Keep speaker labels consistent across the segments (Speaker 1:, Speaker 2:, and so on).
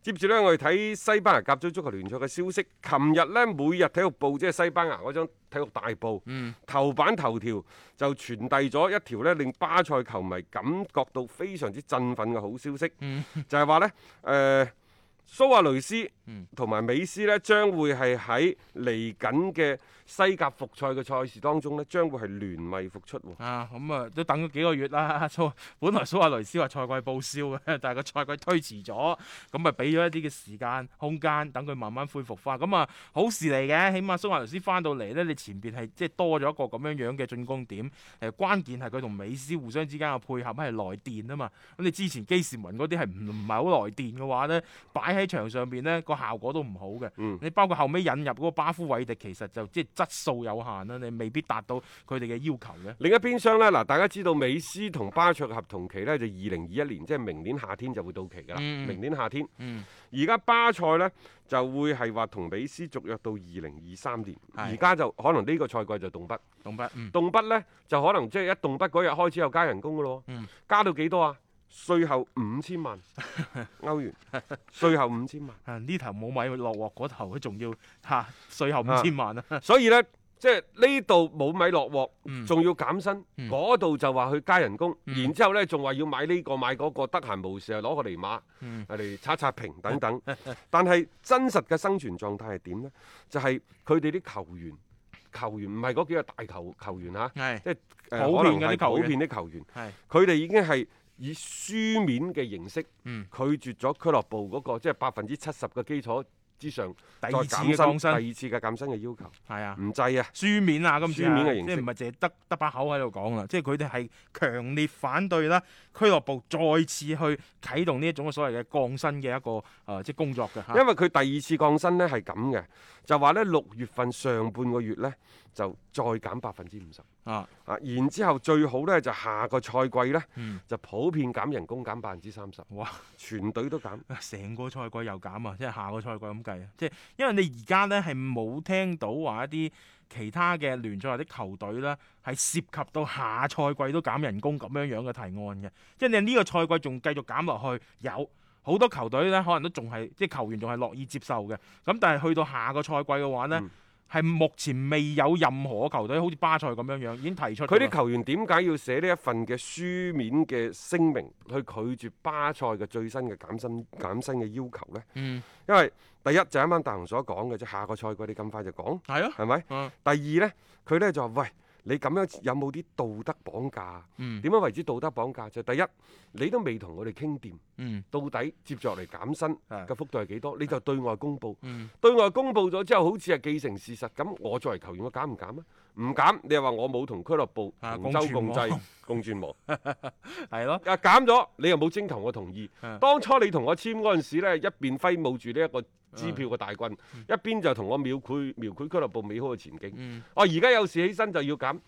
Speaker 1: 接住呢，我哋睇西班牙甲組足球聯賽嘅消息。琴日呢，每日體育報即係西班牙嗰張體育大報，
Speaker 2: 嗯，
Speaker 1: 頭版頭條就傳遞咗一條呢令巴塞球迷感覺到非常之振奮嘅好消息，
Speaker 2: 嗯
Speaker 1: 就係話呢，誒、蘇亞雷斯
Speaker 2: 嗯
Speaker 1: 同埋美斯呢，將會係喺嚟緊嘅西甲復賽嘅賽事當中呢，將會係聯袂復出喎。
Speaker 2: 啊，咁啊都等咗幾個月啦。 蘇本來蘇亞雷斯話賽季報銷嘅， 但係個賽季推遲咗，咁咪俾咗一啲嘅時間空間，等佢慢慢恢復翻。咁啊好事嚟嘅，起碼蘇亞雷斯翻到嚟呢，你前邊係即係多咗一個咁樣樣嘅進攻點。誒、關鍵係佢同美斯互相之間嘅配合係來電啊嘛。咁你之前基士文嗰啲係唔唔係好來電嘅話呢，擺喺場上邊呢個效果都唔好嘅。
Speaker 1: 嗯
Speaker 2: 你包括後尾引入嗰個巴夫韋迪，其實就即係質素有限啦，你未必達到佢哋嘅要求嘅。
Speaker 1: 另一邊廂呢，嗱，大家知道美斯同巴塞嘅合同期呢，就二零二一年，即係明年夏天就會到期㗎啦。
Speaker 2: 嗯
Speaker 1: 明年夏天，
Speaker 2: 嗯，
Speaker 1: 而家巴塞呢，就會係話同美斯續約到二零二三年，
Speaker 2: 係
Speaker 1: 而家就可能呢個賽季就動筆，
Speaker 2: 懂不？嗯，
Speaker 1: 動筆呢，就可能即係一動筆嗰日開始又加人工㗎咯喎，
Speaker 2: 嗯
Speaker 1: 加到幾多啊？稅後五千 萬歐元，稅後五千萬，
Speaker 2: 啊呢頭冇米落鑊，嗰頭佢仲要嚇税後五千萬啊！
Speaker 1: 所以呢，即係呢度冇米落鑊。
Speaker 2: 嗯
Speaker 1: 仲要減薪，
Speaker 2: 嗯
Speaker 1: 嗰度、就話去加人工，
Speaker 2: 嗯
Speaker 1: 然之後呢，仲話要買呢、個買嗰、個，得閒無事啊攞個尼馬
Speaker 2: 嗯
Speaker 1: 嚟刷刷屏等等。但係真實嘅生存狀態係點呢？就係佢哋啲球員，球員唔係嗰幾個大球球員嚇，
Speaker 2: 係
Speaker 1: 即係誒
Speaker 2: 普
Speaker 1: 可能
Speaker 2: 遍嗰
Speaker 1: 係
Speaker 2: 啲球
Speaker 1: 普
Speaker 2: 員
Speaker 1: 遍啲球員，
Speaker 2: 係
Speaker 1: 佢哋已經係以書面嘅形式
Speaker 2: 嗯
Speaker 1: 拒絕咗俱樂部嗰、個即係百分之七十嘅基礎之上
Speaker 2: 第
Speaker 1: 再
Speaker 2: 二次
Speaker 1: 減
Speaker 2: 嘅
Speaker 1: 薪，第
Speaker 2: 降薪
Speaker 1: 二次嘅減薪嘅要求，
Speaker 2: 係啊，
Speaker 1: 唔制啊！
Speaker 2: 書面啊，今次啊
Speaker 1: 書面嘅形式
Speaker 2: 即係唔係淨係得得把口喺度講啦，即係佢哋係強烈反對啦，俱樂部再次去啟動呢一種所謂嘅降薪嘅一個誒、呃即係工作嘅嚇。
Speaker 1: 因為佢第二次降薪呢係咁嘅，就話呢六月份上半個月呢就再減百分之五十
Speaker 2: 啊，
Speaker 1: 啊，然之後最好呢就下個賽季呢
Speaker 2: 嗯，
Speaker 1: 就普遍減人工減百分之三十，
Speaker 2: 哇！
Speaker 1: 全隊都減。
Speaker 2: 啊成個賽季又減啊，即係下個賽季咁計啊，即係因為你而家呢係冇聽到話一啲其他嘅聯賽或者球隊呢係涉及到下賽季都減人工咁樣樣嘅提案嘅，即係你呢個賽季仲繼續減落去有。好多球隊呢可能都仲係即係球員仲係樂意接受嘅，咁但係去到下個賽季嘅話呢
Speaker 1: 嗯，
Speaker 2: 係、目前未有任何球隊好似巴塞咁樣樣已經提出
Speaker 1: 佢
Speaker 2: 㗎
Speaker 1: 啲
Speaker 2: 啦
Speaker 1: 球員點解要寫呢一份嘅書面嘅聲明去拒絕巴塞嘅最新嘅減薪減薪嘅要求呢？
Speaker 2: 嗯
Speaker 1: 因為第一就啱啱大雄所講嘅啫，下個賽季你咁快就講
Speaker 2: 係啊
Speaker 1: 係咪？
Speaker 2: 嗯
Speaker 1: 第二呢，佢呢就話喂，你咁樣有冇啲道德綁架啊？
Speaker 2: 嗯
Speaker 1: 點樣為之道德綁架？就第一，你都未同我哋傾掂，
Speaker 2: 嗯
Speaker 1: 到底接落嚟減薪
Speaker 2: 係
Speaker 1: 嘅幅度係幾多？你就對外公佈，
Speaker 2: 嗯
Speaker 1: 對外公佈咗之後，好似係既成事實咁。我作為球員，我減唔減啊？唔減，你又話我冇同俱樂部
Speaker 2: 啊
Speaker 1: 同舟
Speaker 2: 共
Speaker 1: 共
Speaker 2: 存
Speaker 1: 濟、 共存亡。
Speaker 2: 係咯
Speaker 1: 啊減咗，你又冇徵求我同意
Speaker 2: 係。
Speaker 1: 當初你同我簽嗰陣時咧，一邊揮舞住呢一個支票嘅大棍，一邊就同我描繪描繪俱樂部美好嘅前景。
Speaker 2: 嗯
Speaker 1: 哦，而家有事起身就要減，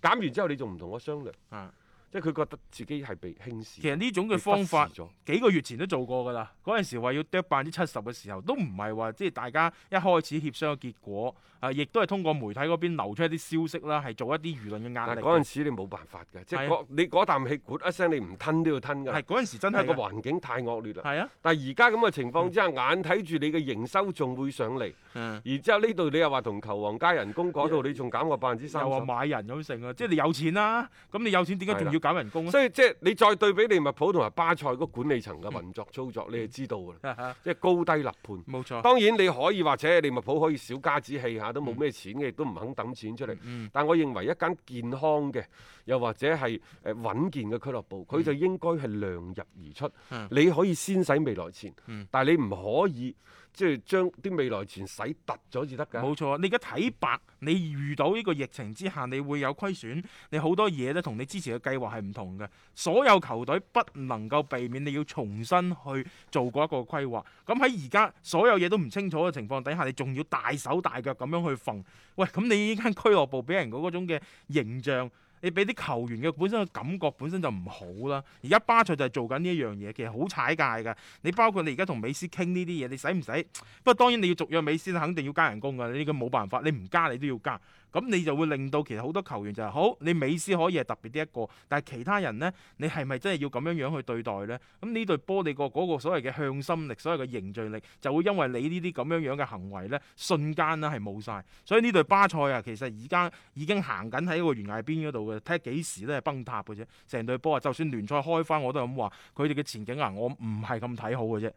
Speaker 1: 減完之後你仲唔同我商量？
Speaker 2: 啊，
Speaker 1: 即係佢覺得自己係被輕視
Speaker 2: 其。實呢種
Speaker 1: 嘅
Speaker 2: 嘅方法。
Speaker 1: 咗，
Speaker 2: 幾個月前都做過㗎啦，嗰陣時話要剁百分之七十嘅時候，都唔係話即係大家一開始協商嘅結果，啊，亦都係通過媒體嗰邊流出一啲消息啦，係做一啲輿論嘅壓
Speaker 1: 但
Speaker 2: 力
Speaker 1: 係
Speaker 2: 嘅。
Speaker 1: 嗰陣時你冇辦法嘅，即係嗰你嗰啖氣，咕一聲你唔吞都要吞㗎
Speaker 2: 係
Speaker 1: 啦，
Speaker 2: 嗰陣時真
Speaker 1: 因為
Speaker 2: 係
Speaker 1: 個
Speaker 2: 㗎
Speaker 1: 環境太惡劣啦。
Speaker 2: 係啊，
Speaker 1: 但係而家咁嘅情況之下，眼睇住你嘅營收仲會上嚟，
Speaker 2: 嗯，
Speaker 1: 然之後呢度你又話同球王加人工，嗰度你仲減我百分之三
Speaker 2: 又話
Speaker 1: 十，
Speaker 2: 買人咁成啊，即係你有錢啦，咁你有錢點解仲要搞人工咧？
Speaker 1: 所以即係你再對比利物浦同埋巴塞嗰管理層嘅運作操作，你就知道㗎啦，
Speaker 2: 啊
Speaker 1: 即係高低立判。
Speaker 2: 冇錯，
Speaker 1: 當然你可以或者利物浦可以小家子氣下，都冇咩錢嘅，亦都唔肯抌錢出嚟。
Speaker 2: 嗯
Speaker 1: 但我認為一間健康嘅，又或者係誒穩健嘅俱樂部，佢就應該係量入而出。
Speaker 2: 嗯
Speaker 1: 你可以先使未來錢，
Speaker 2: 嗯
Speaker 1: 但係你唔可以即係將啲未來錢洗突咗至得㗎。
Speaker 2: 冇錯，你而家睇白，你遇到呢個疫情之下，你會有虧損，你好多嘢咧同你之前嘅計劃係唔同嘅。所有球隊不能夠避免，你要重新去做過一個規劃。咁喺而家所有嘢都唔清楚嘅情況底下，你仲要大手大腳咁樣去揈，喂，咁你呢間俱樂部俾人嗰種嘅形象。你俾啲球員嘅本身嘅感覺本身就唔好啦，而家巴塞就係做緊呢一樣嘢，其實好踩界㗎。你包括你而家同美斯傾呢啲嘢，你使唔使？不過當然你要續約美斯，肯定要加人工㗎，呢個冇辦法，你唔加你都要加。咁你就會令到其實好多球員就係、好，你美斯可以係特別啲一個，但係其他人呢，你係咪真係要咁樣樣去對待呢？咁呢隊波你個嗰個所謂嘅向心力、所謂嘅凝聚力，就會因為你呢啲咁樣樣嘅行為呢，瞬間呢係冇晒。所以呢隊巴塞啊，其實而家已經行緊喺個懸崖邊嗰度嘅，睇下幾時咧係崩塌嘅啫。成隊波啊，就算聯賽開翻，我都係咁話，佢哋嘅前景啊，我唔係咁睇好嘅啫。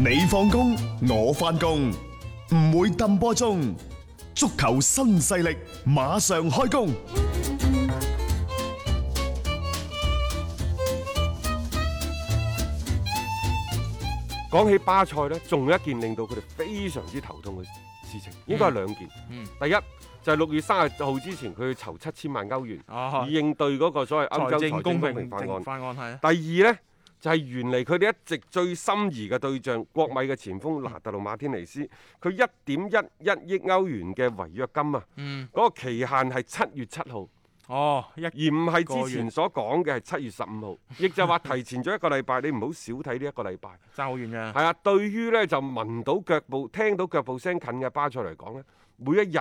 Speaker 3: 你放工，我翻工，唔會抌波鐘。足球新勢力馬上開工。
Speaker 1: 講起巴塞呢，仲有一件令到佢哋非常之頭痛嘅事情，應該係兩件。
Speaker 2: 嗯
Speaker 1: 第一就係六月三十號之前，佢要籌七千萬歐元，
Speaker 2: 啊
Speaker 1: 以，應對嗰個所謂歐洲財政公平法
Speaker 2: 正
Speaker 1: 案。
Speaker 2: 法案係啊，
Speaker 1: 第二呢，就係、原嚟佢哋一直最心儀嘅對象，國米嘅前鋒拿特魯馬天尼斯，佢一點一一億歐元嘅違約金啊，
Speaker 2: 嗯，
Speaker 1: 嗰、個期限係七月七號，而
Speaker 2: 哦，一
Speaker 1: 唔係之前所講嘅係七月十五號，亦就話提前咗一個禮拜，你唔好少睇呢一個禮拜。
Speaker 2: 爭好遠嘅，
Speaker 1: 係啊，對於呢就聞到腳步、聽到腳步聲近嘅巴塞嚟講呢，每一日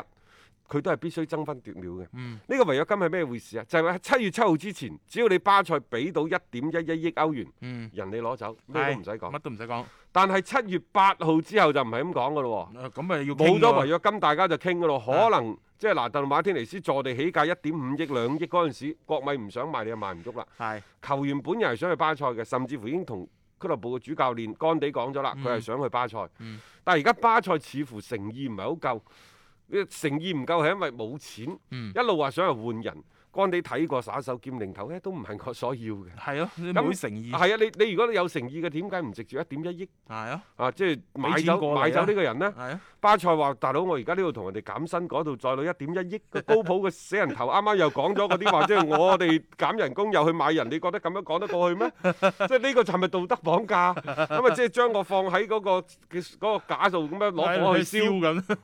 Speaker 1: 佢都係必須爭分奪秒嘅。
Speaker 2: 嗯，
Speaker 1: 呢個違約金係咩回事啊？就係話喺七月七號之前，只要你巴塞俾到一點一一億歐元，
Speaker 2: 嗯，
Speaker 1: 人哋攞走，咩都唔使
Speaker 2: 係
Speaker 1: 講
Speaker 2: 乜。都唔使講，
Speaker 1: 但係七月八號之後就唔係咁講噶咯
Speaker 2: 誒呃咁咪要
Speaker 1: 喎，冇咗違
Speaker 2: 約，
Speaker 1: 約金，大家就傾噶咯。
Speaker 2: 啊
Speaker 1: 可能即係嗱，特魯馬天尼斯坐地起價一點五億、兩億嗰陣時，國米唔想賣你就賣唔喐啦。
Speaker 2: 係
Speaker 1: 球員本人係想去巴塞嘅，甚至乎已經同俱樂部嘅主教練干地講咗啦，
Speaker 2: 嗯
Speaker 1: 佢係想去巴塞。
Speaker 2: 嗯
Speaker 1: 但係而家巴塞似乎誠意唔係好夠，呢誠意唔夠係因為冇錢，
Speaker 2: 嗯
Speaker 1: 一路話想去換人，干地睇過耍手劍零頭咧，都唔係我所要嘅。
Speaker 2: 係咯，你
Speaker 1: 咁
Speaker 2: 冇誠意，
Speaker 1: 係啊，你你如果你有誠意嘅，點解唔直接一點一億
Speaker 2: 係咯，
Speaker 1: 啊？即係買
Speaker 2: 俾錢
Speaker 1: 走
Speaker 2: 過嚟啊
Speaker 1: 買走呢個人 呢？
Speaker 2: 係咯，
Speaker 1: 巴塞話：大佬，我而家呢度同人哋減薪，嗰度再攞一點一億個高普嘅死人頭，啱啱又講咗嗰啲話，即係我哋減人工又去買人，你覺得咁樣講得過去咩？即係呢個就係咪道德綁架？咁啊，即係將我放喺嗰、個嘅嗰個架度咁樣攞火去燒。
Speaker 2: 緊，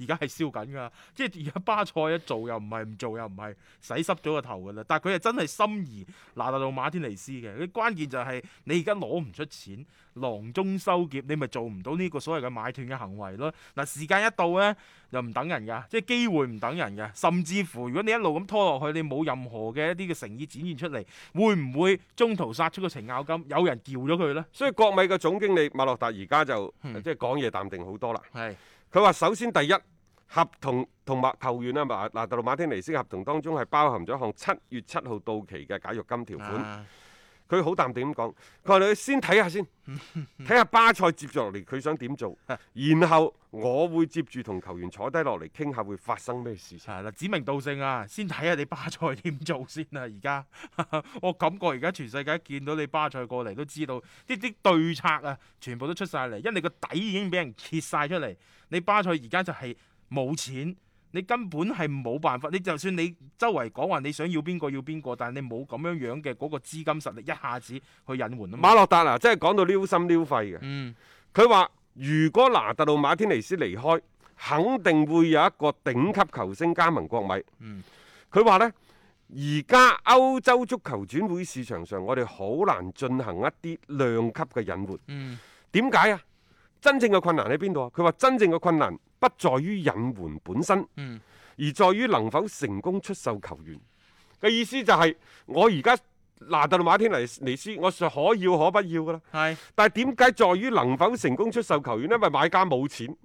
Speaker 2: 而家係燒緊㗎，即係而家巴塞一做又唔係，唔做又唔係，洗濕咗個頭㗎啦。但係佢係真係心儀拿達到馬天尼斯嘅，佢關鍵就係你而家攞唔出錢，囊中羞澀，你咪做唔到呢個所謂嘅買斷嘅行為咯。嗱，時間一到咧，又唔等人㗎，即係機會唔等人㗎，甚至乎如果你一路咁拖落去，你冇任何嘅一啲嘅誠意展現出嚟，會唔會中途殺出個程咬金，有人撬咗佢咧？
Speaker 1: 所以國米嘅總經理馬洛達而家就、
Speaker 2: 嗯
Speaker 1: 即係講嘢淡定好多啦。
Speaker 2: 係，
Speaker 1: 佢話首先第一合同同埋球員啊，馬嗱特魯馬天尼斯嘅合同當中係包含咗一項七月七號到期嘅解約金條款。
Speaker 2: 啊
Speaker 1: 佢好淡定咁講，佢話你先睇 下先，睇下巴塞接住落嚟佢想點做，然後我會接住同球員坐低落嚟傾下會發生咩事情。
Speaker 2: 係啦，指名道姓啊，先睇下你巴塞點做先啊！而家我感覺而家全世界一見到你巴塞過嚟，都知道啲啲對策啊，全部都出晒嚟，因為你個底已經俾人揭晒出嚟。你巴塞而家就係冇錢，你根本係冇辦法。你就算你周圍講話你想要邊個要邊個，但係你冇咁樣樣嘅嗰個資金實力，一下子去引援啊嘛。
Speaker 1: 馬洛達啊，真係講到撩心撩肺嘅。
Speaker 2: 嗯，
Speaker 1: 佢話如果拿特魯馬天尼斯離開，肯定會有一個頂級球星加盟國米。
Speaker 2: 嗯，
Speaker 1: 佢話呢，而家歐洲足球轉會市場上，我哋好難進行一啲量級嘅引援。
Speaker 2: 嗯，
Speaker 1: 點解啊？真正嘅困難喺邊度啊？佢話真正嘅困難不在於引援本身，
Speaker 2: 嗯，
Speaker 1: 而在於能否成功出售球員。嘅意思就係、我而家拿特魯馬天尼尼斯，我是可要可不要噶啦。
Speaker 2: 係
Speaker 1: 但係點解在於能否成功出售球員呢？因為買家冇 錢。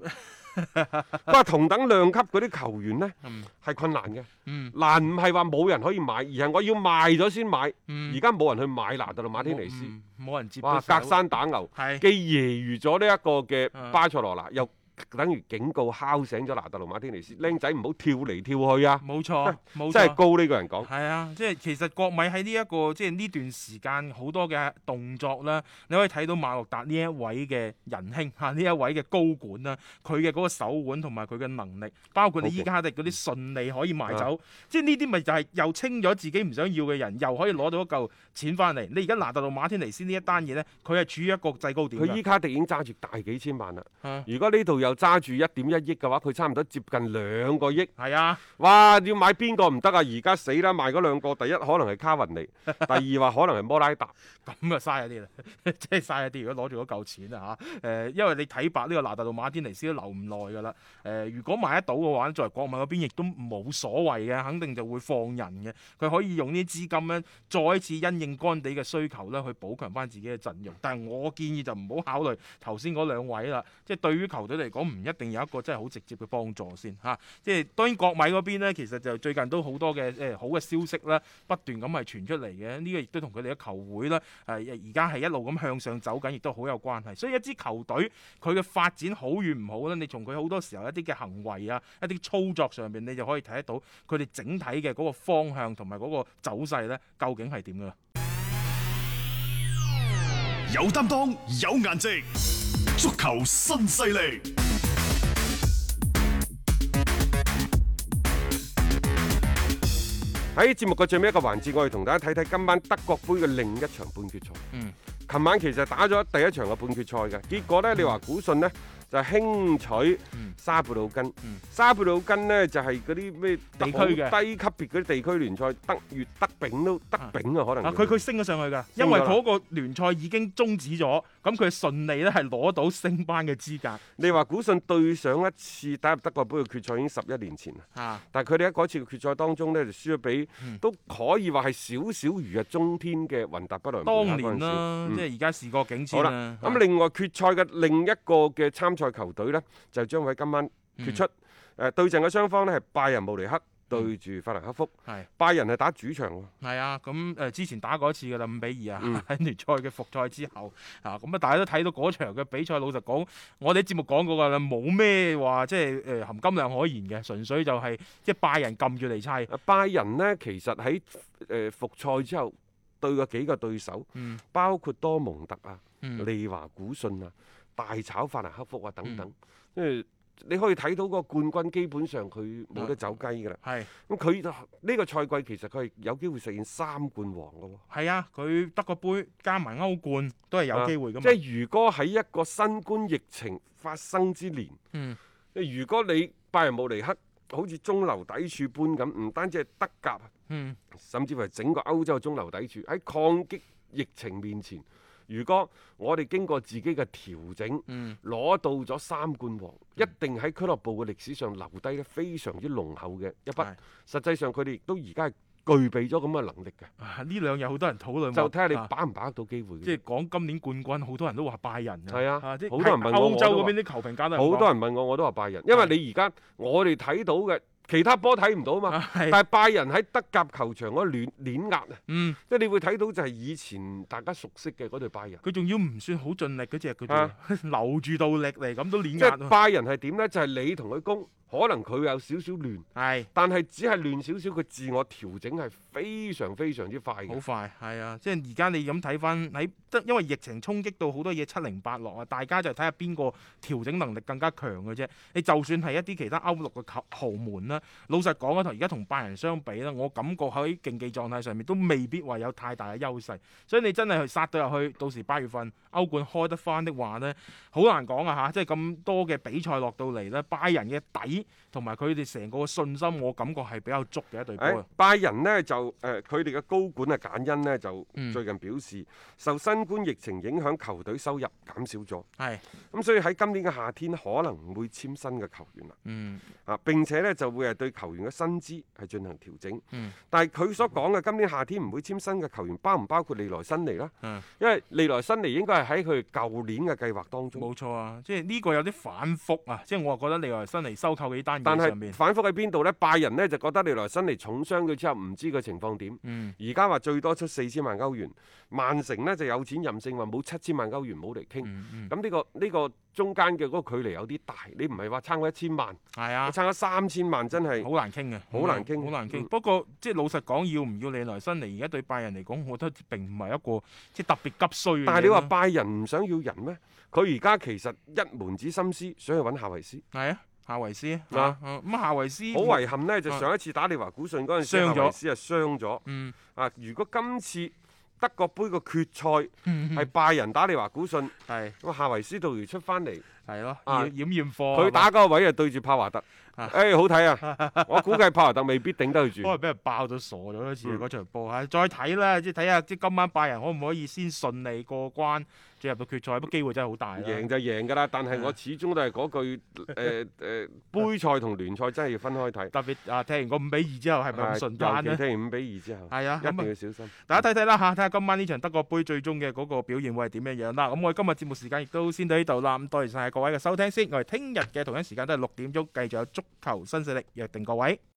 Speaker 1: 佢話同等量級嗰啲球員呢，
Speaker 2: 嗯
Speaker 1: 係困難嘅，
Speaker 2: 嗯
Speaker 1: 難唔係話冇人可以買，而係我要賣咗先買。
Speaker 2: 嗯，
Speaker 1: 而家冇人去買拿特魯馬天尼斯，
Speaker 2: 嗯冇人接
Speaker 1: 哇！
Speaker 2: 得手
Speaker 1: 隔山打牛。
Speaker 2: 係
Speaker 1: 既揶揄咗呢一個嘅
Speaker 2: 嗯
Speaker 1: 巴塞羅那，又等於警告敲醒咗拿特魯馬天尼斯，僆仔唔好跳嚟跳去啊！
Speaker 2: 冇錯，嗯冇
Speaker 1: 真係
Speaker 2: 錯
Speaker 1: 高呢個人講。
Speaker 2: 係啊，即係其實國米喺呢一個即係呢段時間好多嘅動作啦，你可以睇到馬洛達呢一位嘅仁兄嚇，呢一位嘅高管啦，佢嘅嗰個手腕同埋佢嘅能力，包括你
Speaker 1: 好嘅
Speaker 2: 伊卡迪嗰啲順利可以賣走，即係呢啲咪就係又清咗自己唔想要嘅人，又可以攞到一嚿錢翻嚟。你而家拿特路馬天尼斯呢一單嘢呢，佢係處於一個制高點
Speaker 1: 佢
Speaker 2: 㗎
Speaker 1: 伊卡迪已經揸住大幾千萬啦。
Speaker 2: 啊
Speaker 1: 如果呢度又揸住一點一億嘅話，佢差唔多接近兩個億。
Speaker 2: 係啊，
Speaker 1: 哇！要買邊個唔得啊？而家死啦！賣嗰兩個，第一可能係卡雲 尼，第二話可能係摩拉達。
Speaker 2: 咁啊嘥咗啲啦， 即係嘥咗啲。如果攞住嗰嚿錢啊嚇，誒、因為你睇白呢個拿達路馬天尼斯都留唔耐㗎啦。誒、如果買得到嘅話，作為國米嗰邊亦都冇所謂嘅，肯定就會放人嘅。佢可以用呢啲資金咧，再一次因應干地嘅需求咧，去補強翻自己嘅陣容。但係我建議就唔好考慮頭先嗰兩位啦，即係對於球隊嚟講唔一定有一個真係好直接嘅幫助先嚇。即係當然國米嗰邊咧，其實就最近都好多嘅誒、好嘅消息啦，不斷咁係傳出嚟嘅。呢、個亦都同佢哋嘅球會啦，誒而家係一路咁向上走緊，亦都好有關係。所以一支球隊佢嘅發展好與唔好咧，你從佢好多時候一啲嘅行為啊、一啲操作上面，你就可以睇得到佢哋整體嘅嗰個方向同埋嗰個走勢咧，究竟係點噶啦？
Speaker 3: 有擔當，有顏值，足球新勢力。
Speaker 1: 喺節目嘅最尾一個環節，我哋同大家睇睇今晚德國杯嘅另一場半決賽。
Speaker 2: 嗯，
Speaker 1: 琴晚其實打咗第一場嘅半決賽嘅，結果呢，你話古信呢，就輕取
Speaker 2: 嗯
Speaker 1: 沙布魯根。
Speaker 2: 嗯
Speaker 1: 沙布魯根呢，就係嗰啲咩
Speaker 2: 地區嘅
Speaker 1: 好低級別嗰啲地區聯賽，德乙、德丙都德丙啊，可能
Speaker 2: 啊，佢佢升咗上去㗎，因
Speaker 1: 升咗
Speaker 2: 為
Speaker 1: 啦
Speaker 2: 嗰個聯賽已經終止咗，咁佢順利咧係攞到升班嘅資格
Speaker 1: 你話古信對上一次打入德國杯嘅決賽已經十一年前啦。
Speaker 2: 啊。
Speaker 1: 但係佢哋喺嗰次嘅決賽當中呢，就輸咗俾、
Speaker 2: 嗯
Speaker 1: 都可以話係少少如日中天嘅雲達不萊梅
Speaker 2: 當
Speaker 1: 啊
Speaker 2: 年啦，
Speaker 1: 嗰陣時嗯
Speaker 2: 即係而家事過境遷
Speaker 1: 好
Speaker 2: 啦。
Speaker 1: 咁另外決賽嘅另一個嘅參賽球隊呢，就將會喺今晚
Speaker 2: 嗯
Speaker 1: 決出。誒、對陣嘅雙方呢，係拜仁慕尼黑對住法蘭克福，
Speaker 2: 係
Speaker 1: 拜仁係打主場喎。
Speaker 2: 係啊，咁誒、呃之前打過一次㗎啦，五比二啊
Speaker 1: 嗯，
Speaker 2: 喺聯賽嘅復賽之後啊，咁啊大家都睇到嗰場嘅比賽，老實講，我哋節目講過㗎啦，冇咩話即係誒、呃含金量可言嘅，純粹就係、即係拜仁撳住嚟砌，
Speaker 1: 啊拜仁呢，其實喺誒復賽之後對嘅幾個對手，
Speaker 2: 嗯
Speaker 1: 包括多蒙特啊、
Speaker 2: 嗯
Speaker 1: 利華古信啊、大炒法蘭克福啊等等，因為你可以睇到個冠軍基本上佢冇得走雞㗎啦。
Speaker 2: 係。
Speaker 1: 咁佢呢個賽季其實佢係有機會實現三冠王嘅喎。
Speaker 2: 係啊，佢德國杯加埋歐冠都係有機會噶嘛。
Speaker 1: 啊即係如果喺一個新冠疫情發生之年，
Speaker 2: 嗯，
Speaker 1: 如果你拜仁慕尼黑好似中流砥柱般咁，唔單止係德甲，
Speaker 2: 嗯，
Speaker 1: 甚至乎係整個歐洲嘅中流砥柱喺抗擊疫情面前，如果我哋經過自己嘅調整，
Speaker 2: 嗯
Speaker 1: 攞到咗三冠王，一定喺俱樂部嘅歷史上留低咧非常之濃厚嘅一筆
Speaker 2: 係。
Speaker 1: 實際上佢哋亦都而家係具備咗咁嘅能力嘅，
Speaker 2: 啊呢兩日好多人討論話，
Speaker 1: 就睇下你
Speaker 2: 啊
Speaker 1: 把唔把握到機會。
Speaker 2: 即係講今年冠軍，好多人都話拜仁
Speaker 1: 係啊
Speaker 2: 即係
Speaker 1: 好多人問我
Speaker 2: 歐洲
Speaker 1: 我都
Speaker 2: 嗰
Speaker 1: 話
Speaker 2: 邊啲球評家都係咁
Speaker 1: 好多
Speaker 2: 講
Speaker 1: 人問我，我都話拜仁，因為你而家我哋睇到嘅其他波睇唔到嘛。
Speaker 2: 啊係
Speaker 1: 但係拜仁喺德甲球場嗰亂碾壓啊，
Speaker 2: 嗯，
Speaker 1: 即係你會睇到就係以前大家熟悉嘅嗰隊拜仁。
Speaker 2: 佢仲要唔算好盡力嗰只，佢
Speaker 1: 啊
Speaker 2: 仲 留住道力嚟，咁都碾
Speaker 1: 即
Speaker 2: 壓
Speaker 1: 係
Speaker 2: 喎。
Speaker 1: 拜仁係點呢？就係、你同佢攻，可能佢有少少亂，
Speaker 2: 係
Speaker 1: 但係只係亂少少，佢自我調整係非常非常之快
Speaker 2: 好
Speaker 1: 嘅。
Speaker 2: 快，係啊！即係而家你咁睇翻喺，得因為疫情衝擊到好多嘢七零八落啊，大家就睇下邊個調整能力更加強嘅啫。你就算係一啲其他歐陸嘅球豪門啦，老實講啊，同而家同拜仁相比啦，我感覺喺競技狀態上面都未必話有太大嘅優勢。所以你真係去殺到入去，到時八月份歐冠開得翻的話呢，好難講啊嚇！即係咁多嘅比賽落到嚟呢，拜仁嘅底同埋佢哋成個信心，我感覺係比較足嘅一隊
Speaker 1: 誒、
Speaker 2: 波啊。
Speaker 1: 拜仁呢，就誒，佢哋嘅高管啊簡恩呢，就
Speaker 2: 嗯
Speaker 1: 最近表示，受新冠疫情影響，球隊收入減少咗，
Speaker 2: 係，
Speaker 1: 咁所以喺今年嘅夏天可能唔會簽新嘅球員啦。
Speaker 2: 嗯
Speaker 1: 啊，並且呢就會係對球員嘅薪資係進行調整。
Speaker 2: 嗯
Speaker 1: 但係佢所講嘅今年夏天唔會簽新嘅球員，包唔包括利來新尼啦？
Speaker 2: 嗯。
Speaker 1: 因為利來新尼應該係喺佢舊年嘅計劃當中。
Speaker 2: 冇錯啊，即係呢個有啲反覆啊，即係我覺得利萊辛尼收購嘅嘅呢單
Speaker 1: 但
Speaker 2: 嘢上面
Speaker 1: 係。反覆喺邊度呢？拜仁呢就覺得利來新尼重傷佢之後，唔知個情況點。
Speaker 2: 嗯，
Speaker 1: 而家話最多出四千萬歐元，曼城呢就有錢任性話冇七千萬歐元冇嚟傾。
Speaker 2: 嗯嗯，
Speaker 1: 咁呢、個呢、個中間嘅嗰個距離有啲大，你唔係話差過一千萬，
Speaker 2: 係啊
Speaker 1: 你。差咗三千萬真係
Speaker 2: 好難傾嘅，
Speaker 1: 好難傾
Speaker 2: 好難傾。
Speaker 1: 嗯
Speaker 2: 不過即係老實講，要唔要利來新尼，而家對拜仁嚟講，我覺得並唔係一個即係特別急需嘅嘢啦。
Speaker 1: 但係你話拜仁唔想要人咩？佢而家其實一門子心思想去揾夏維斯，
Speaker 2: 係啊，夏維斯啊，
Speaker 1: 啊
Speaker 2: 啊咁夏維斯
Speaker 1: 好遺憾呢，就
Speaker 2: 啊
Speaker 1: 上一次打利華古信嗰陣時，
Speaker 2: 傷
Speaker 1: 夏
Speaker 2: 咗
Speaker 1: 維斯啊傷咗
Speaker 2: 嗯
Speaker 1: 啊！如果今次德國杯個決賽
Speaker 2: 嗯
Speaker 1: 係拜仁打利華古信，
Speaker 2: 係
Speaker 1: 咁啊夏維斯到如出翻嚟，
Speaker 2: 係咯，
Speaker 1: 啊
Speaker 2: 掩掩掩貨
Speaker 1: 佢打嗰個位啊對住帕華特，
Speaker 2: 哦啊
Speaker 1: 誒好睇 啊！我估計帕華特未必頂得佢
Speaker 2: 都係
Speaker 1: 住。
Speaker 2: 俾人爆到傻咗好似
Speaker 1: 嗯
Speaker 2: 嗰場波嚇，再睇啦，即係睇下即係今晚拜仁可唔可以先順利過關，進入到決賽，不過機會真係啊好大啦。
Speaker 1: 贏就贏㗎啦，但係我始終都係嗰句誒
Speaker 2: 啊
Speaker 1: 誒，杯賽同聯賽真係要分開睇。啊
Speaker 2: 特別啊，踢完個五比二之後係咪咁順攤
Speaker 1: 尤
Speaker 2: 咧
Speaker 1: 其？踢五比二之後，
Speaker 2: 係啊，
Speaker 1: 一
Speaker 2: 咁啊
Speaker 1: 定要小心。
Speaker 2: 大家睇睇啦嚇，睇下今晚呢場德國杯最終嘅嗰個表現會係點樣樣啦。咁我哋今日節目時間亦都先到呢度啦。咁多謝晒各位嘅收聽先，我哋聽日嘅同一時間都係六點鐘繼續有足球新勢力，約定各位。